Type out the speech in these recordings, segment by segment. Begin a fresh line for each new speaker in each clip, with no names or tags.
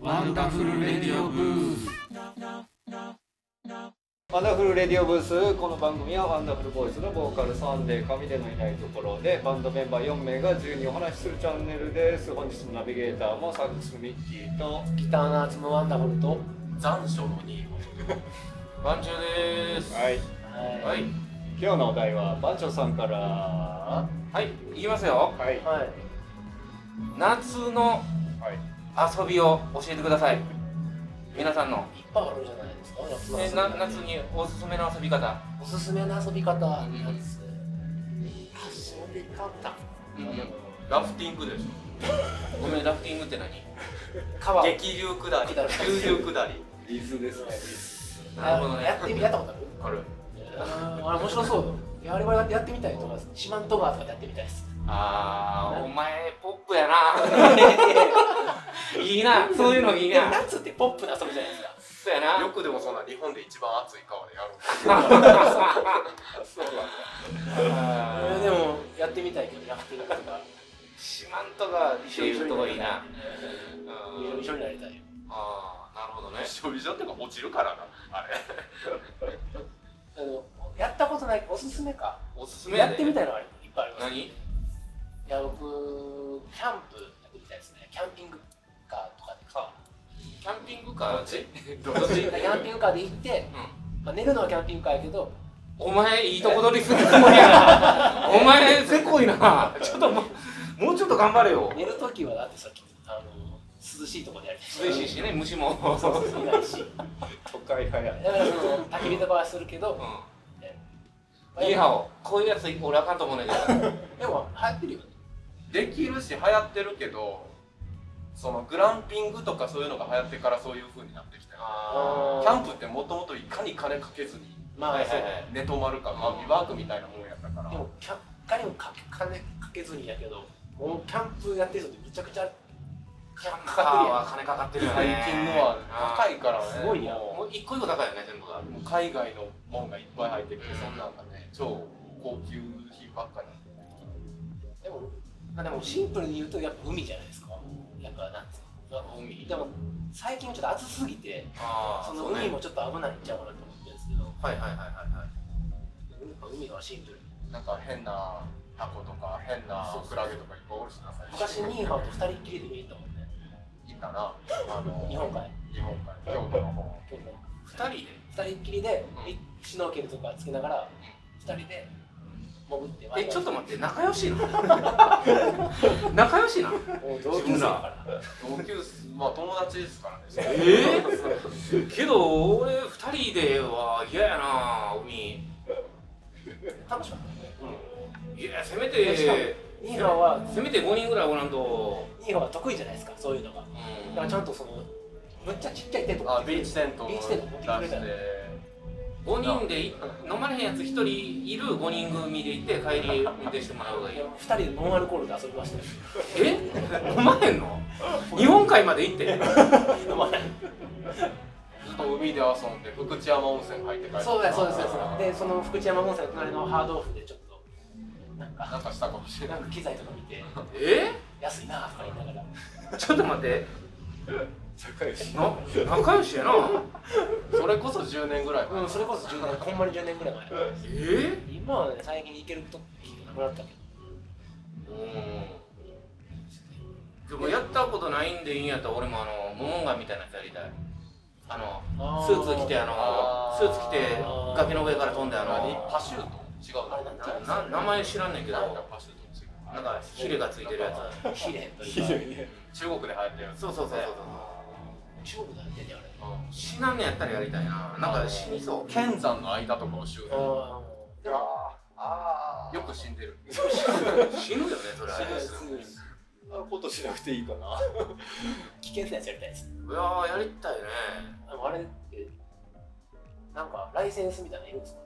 ワンダフルレディオブース
ワンダフルレディオブースこの番組はワンダフルボイスのボーカルサンデー神でのいないところでバンドメンバー4名が自由にお話しするチャンネルです本日のナビゲーターもサックスミッキーと
ギターの集むワンダフルと、
残暑のに番長です
はい
は
はい
今日のお題は番長さんからは
はい行きますよ
いはい
い、はい、
夏の遊びを教えてください皆さんの
いっぱいあるんじゃないですか、夏の遊
え
び
な
方
夏におすすめの遊び方
おすすめの遊び方、
ん
夏遊び方、
ラフティングでし
ごめんラフティングって何
ょ
川
激流下り
下り
急流下り
伊豆ですね
なるほどね
やってみやったことある
ある
あーあれ面白そうよいやあれはやってみたいと思います四万十川とかやってみたいです
あーお前ポップやないいなそういうのいい
いや
な
夏ってポップな遊びじゃないですか
そうやな
よくでもそんな日本で一番暑い川でやる
あれでもやってみたいけどラフティングとか
四万とかっていうとこいいな
一緒一緒になりたいよ
ああなるほどね
びしょびしょってか落ちるからなあれ
あのやったことないおすすめか
おすすめ
やってみた
い
いのあるいっぱいあります
何
いや僕キャンプやってみたいですねキャンピングカーとかで
キャンピングカー
ど
どっち
キャンピングカーで行って、まあ、寝るのはキャンピングカーやけど
お前いいとこ取りするつもりや なお前せこいなちょっともうもうちょっと頑張れよ
寝る時はだってさあの涼しいところでやりたい
涼しいしね虫も
そうそういないし
都会派や
だからその焚き火とかはするけど、
う
まあ
んいいはおこういうやつ俺あかんと思うねんだけど
でも流行ってるよね
できるし流行ってるけどそのグランピングとかそういうのが流行ってからそういう風になってきたよキ
あ
ャンプってもともといかに金かけずに
まあ、
はいはい
そう
はい
寝泊まるかまあビワークみたいなもんやったから
でもキャンプにもかけ金かけずにやけどもうキャンプやってる人ってむちゃくちゃ
キャン
か
カー
か
は金かかってるよ
最
ね
近のは高いからね
すごいな
も
もう一個一個高いよね全部が
うもう海外のもんがいっぱい入ってきてそんなんがね超高級品ばっかり
ってるやんでも、まあ、でもシンプルに言うとやっぱ海じゃないですかやっぱなんつうの
海
でも最近ちょっと暑すぎて
あ
そ
ー
の
うね
海もちょっと危ないんちゃうかなと思ってるんですけど
はいはいはいはいはい
海はシンプル
なんか変なタコとか変なクラゲとかいっぱいおるしなさい
昔ニーハオと二人っきりで見えたもんね
いたなあの
日本海
日本海京都の方
結構
二人で
二人っきりで
うん
シュノーケルとかつけながら二人で潜って
えちょっと待って仲良しな 仲良しな
もう同級生だから
同級生まあ友達ですからね
えー、けど俺2人では嫌やな海
楽しかったね
いやせめ
しかも
て
ニーハオは
せめて5人ぐらいおらんと、
ニーハオは得意じゃないですかそういうのが
う
だ
ん
からちゃんとそのむっちゃちっちゃいテント
あビーチテントを
ビー
出
チ
し
テ
て
ント持ってきてくれたよ
5人でい飲まれへんやつ1人いる5人組で行って帰り運転してもらう方がいい
2人でノンアルコールで遊びましたよ
え飲まへんの日本海まで行って
飲まない
ずっと海で遊んで福知山温泉入って帰って
そうだそうですそうですでその福知山温泉の隣のハードオフでちょっとなんか
なんかしたかもしれな
ないんか機材とか見て
え
安いなとか言いながら
ちょっと待って
高いし
な仲良しやな
それこそ10年ぐらい前、
うん、それこそ10年、ほんまに10年ぐらい前。
えー、
今はね、最近行ける時がなくなったけ
うんでもやったことないんでいいんやったら俺もあのモモンガみたいなやつやりたいあの
あー
スーツ着てあの
あー
スーツ着て崖の上から飛んであ
何
の
パシュート違う
あれなんていうの
な名前知らんねんけど
なんかパシュート違う
なんかヒレがついてるや
ど、ヒレ と
ひ
いう
ど
か
いね
中国で流行ったやつ
つそうそうそうそう
中国でやってんねん、あれ。
うん
死なんねやったらやりたいななんか死にそう
剣山の間とかを周辺
あ
でも
あ
よく死んでる
死ぬよねそれ
あ、
い
すぐに
あことしなくていいかな
危険なやつやりたいです。
やーやりたいね
でもあれって、なんかライセンスみたいなのいるんですか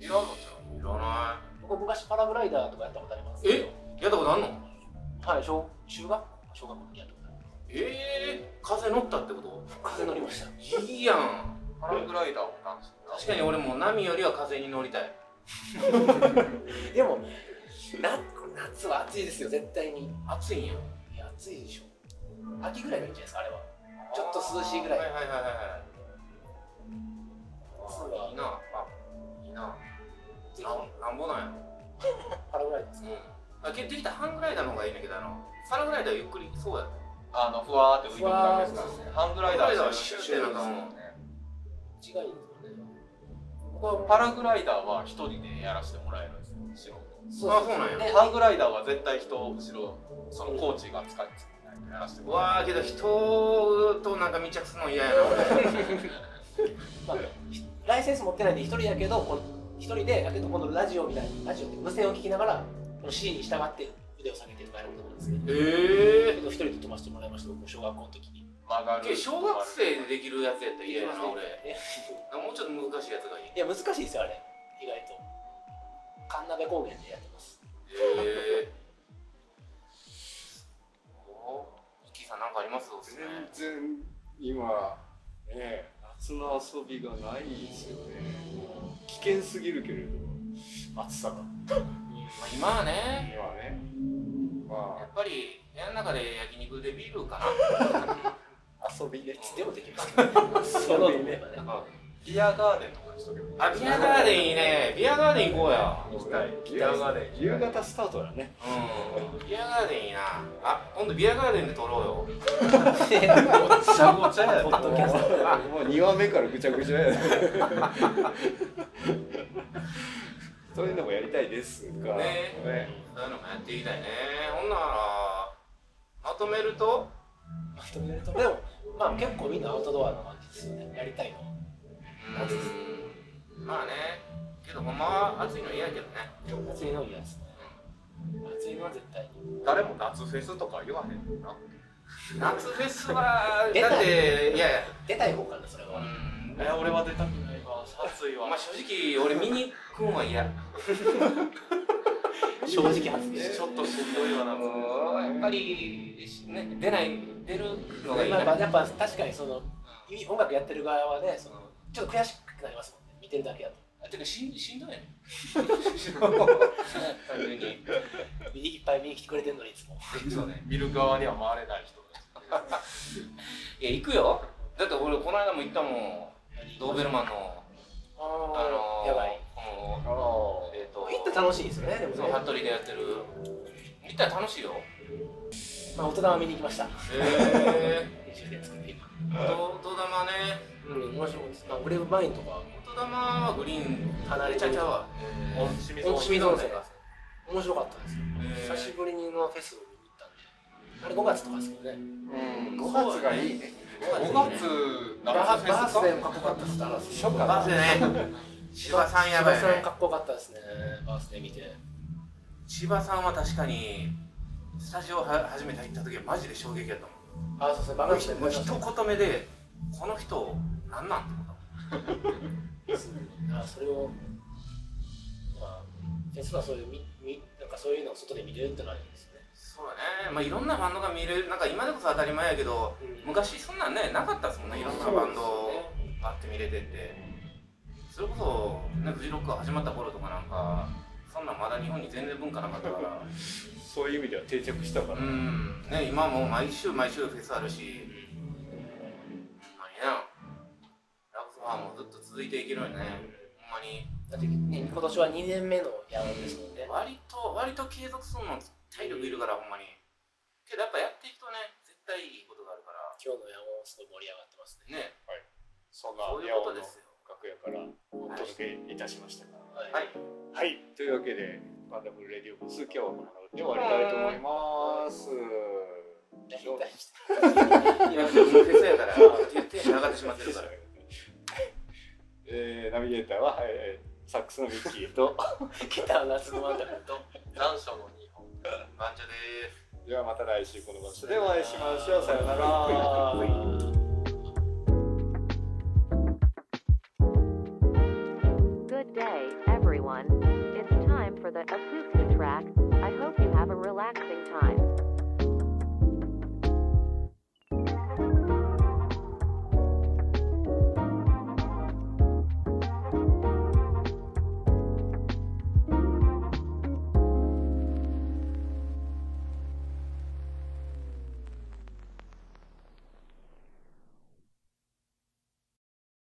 いらんのちゃ
いらな
僕、昔パラグライダーとかやったことありますけど
いやったことあんの
はい、小中学小学校の時やったことありま
ええー、風乗ったってこと
す風乗りました。
いいやん
うパラグライダーを楽し
確かに俺も波よりは風に乗りたい
でも、な夏は暑いですよ、絶対に。
暑いんや
いや、暑いでしょ。秋ぐらいがいいんじゃないですか、あれは。ちょっと涼しいぐらい
はいはいはいはい
ツ
いいなあいいな
ぜひ
なんなんぼなんやろ
腹ぐらいです
うんあできた半グライダーの方がいいんだけどあのサラグライダーはゆっくりそうやろ
あのふわーって浮いてる感じです
ふわーそうです
かハングライダーは
シュッてなんかもう
違いですよね
僕はパラグライダーは一人でやらせてもらえるんですよ
そ
あそうなんや
仕
ね
事ハングライダーは絶対人を後ろそのコーチが使ってやらせて
う
もら
わあけど人となんか密着するの嫌やな俺
まあひライセンス持ってないんで一人やけどこの一人でやけどこのラジオみたいなラジオって無線を聞きながらこの指示に従って腕を下げてとかやることなんですけど
え
だけど一人で飛ばしてもらいました僕小学校の時に
曲が
け
る
小学生でできるやつやったら嫌やな俺
え
なんかもうちょっと難しいやつがいい
いや難しいですよあれ意外と神鍋高原でやってます
へえー、キーさんなんかありますおすすめ
全然今ね夏の遊びがないですよねもう危険すぎるけれど暑さが
まあ、今はね
今ね
や
ま
っぱり部屋の中で焼肉でビールかな
遊びでいつでもできますからやろうと思えばね
なんか
ビアガーデンとかにしとけばいい
あビアガーデンいいねビアガーデン行こうや
あ
行きたいビアガーデン
夕方スタートだね
うんビアガーデンいいなあ今度ビアガーデンで撮ろうよ
ごちゃごちゃや
ポ
で
ッドキャスト
もう2話目からぐちゃぐちゃやねそういうのもやりたいですが
ねそういうのもやっていきたいねほんならまとめると
まとめるとでもまあ結構みんなアウトドアな感じですよねやりたいのは
うんまあねけどほんまは暑いの嫌やけどね
暑いの嫌ですね暑いのは絶対に
誰も夏フェスとか言わへんもんな
夏フェスは
出た
だっていやいや
出たい方かなそれは、
うん
え俺は出たくないわ暑いわ
まあ正直俺見に行くんは嫌
正直発言
ちょっとしんどいわな
もうやっぱり、ね、出ない出るのがいい
まあ、ま
な
あやっぱ確かにそのい音楽やってる側はねそのちょっと悔しくなりますもんね見てるだけだと
あてかしんしんどいね単純に
いっぱい見に来てくれてるのにいつも
そうね
見る側には回れない人
いや行くよだって俺この間も行ったもんドーベルマンの
あ
あ
の
の
やばい
このえっ、と
行って楽しいですよねでも
そ
ね
の服部でやってる行ったら楽しいよ
まあ大人は見に行きました
へえ
編集で作って今
音玉ね
うん面白いですまあブレイブマインとか
音玉はグリーン
離れちゃう
ちゃうわ
温清水
温
温
清水温泉が面白かったですよ
へー
久しぶりにのフェスを見に行ったんであれ5月とかですけどね
うん5月がいいね
뭐
5月
バー
夏フェ
バー
ス
ス
か
デーもかっこよかったですバースデー
バスでね千葉さんやばいよ
千葉さん
ね
かっこよかったですねバースデー見て
千葉さんは確かにスタジオは初めて入った時はマジで衝撃やったもん
あそうそうバ
あの
カ
人
人
もう一言目でこの人なんなんって思った
あそれをまあフェスはそういうみみなんかそういうのを外で見れるってのはいいですね
そうだね、まあ、いろんなバンドが見れるなんか今でこそ当たり前やけど、
うん
昔そんなんねなかったですもんねいろんなバンドをバッて見れてってそれこそ、ね、フジロックが始まった頃とかなんかそんなんまだ日本に全然文化なかったから
そういう意味では定着したか
う
ら
んね今もう毎週毎週フェスあるしほんまになラブソファーもずっと続いていけるよねほんまに
だってね今年は2年目のやるんですもんね
割と割と継続するの体力いるからほんまにけどやっぱやっていくとね絶対いいことがあるから
今日の夜もすごい盛り上がってますね
ね
そんな
そういうこと
八尾の
ですよ
楽屋からお届けいたしました
はい
はい、というわけで、ワンダフルレディオブス、今日はこの辺で終わりたいと思います。
何に対して
いや、フェスやから、手手に上がってしまってるから。
えーナビゲーターは、はいえーサックスのミッキーと、
ギターの夏のワンダフルと
残暑の日本
バンチャでーす。
ではまた来週この場所でお会いしましょう。さようなら。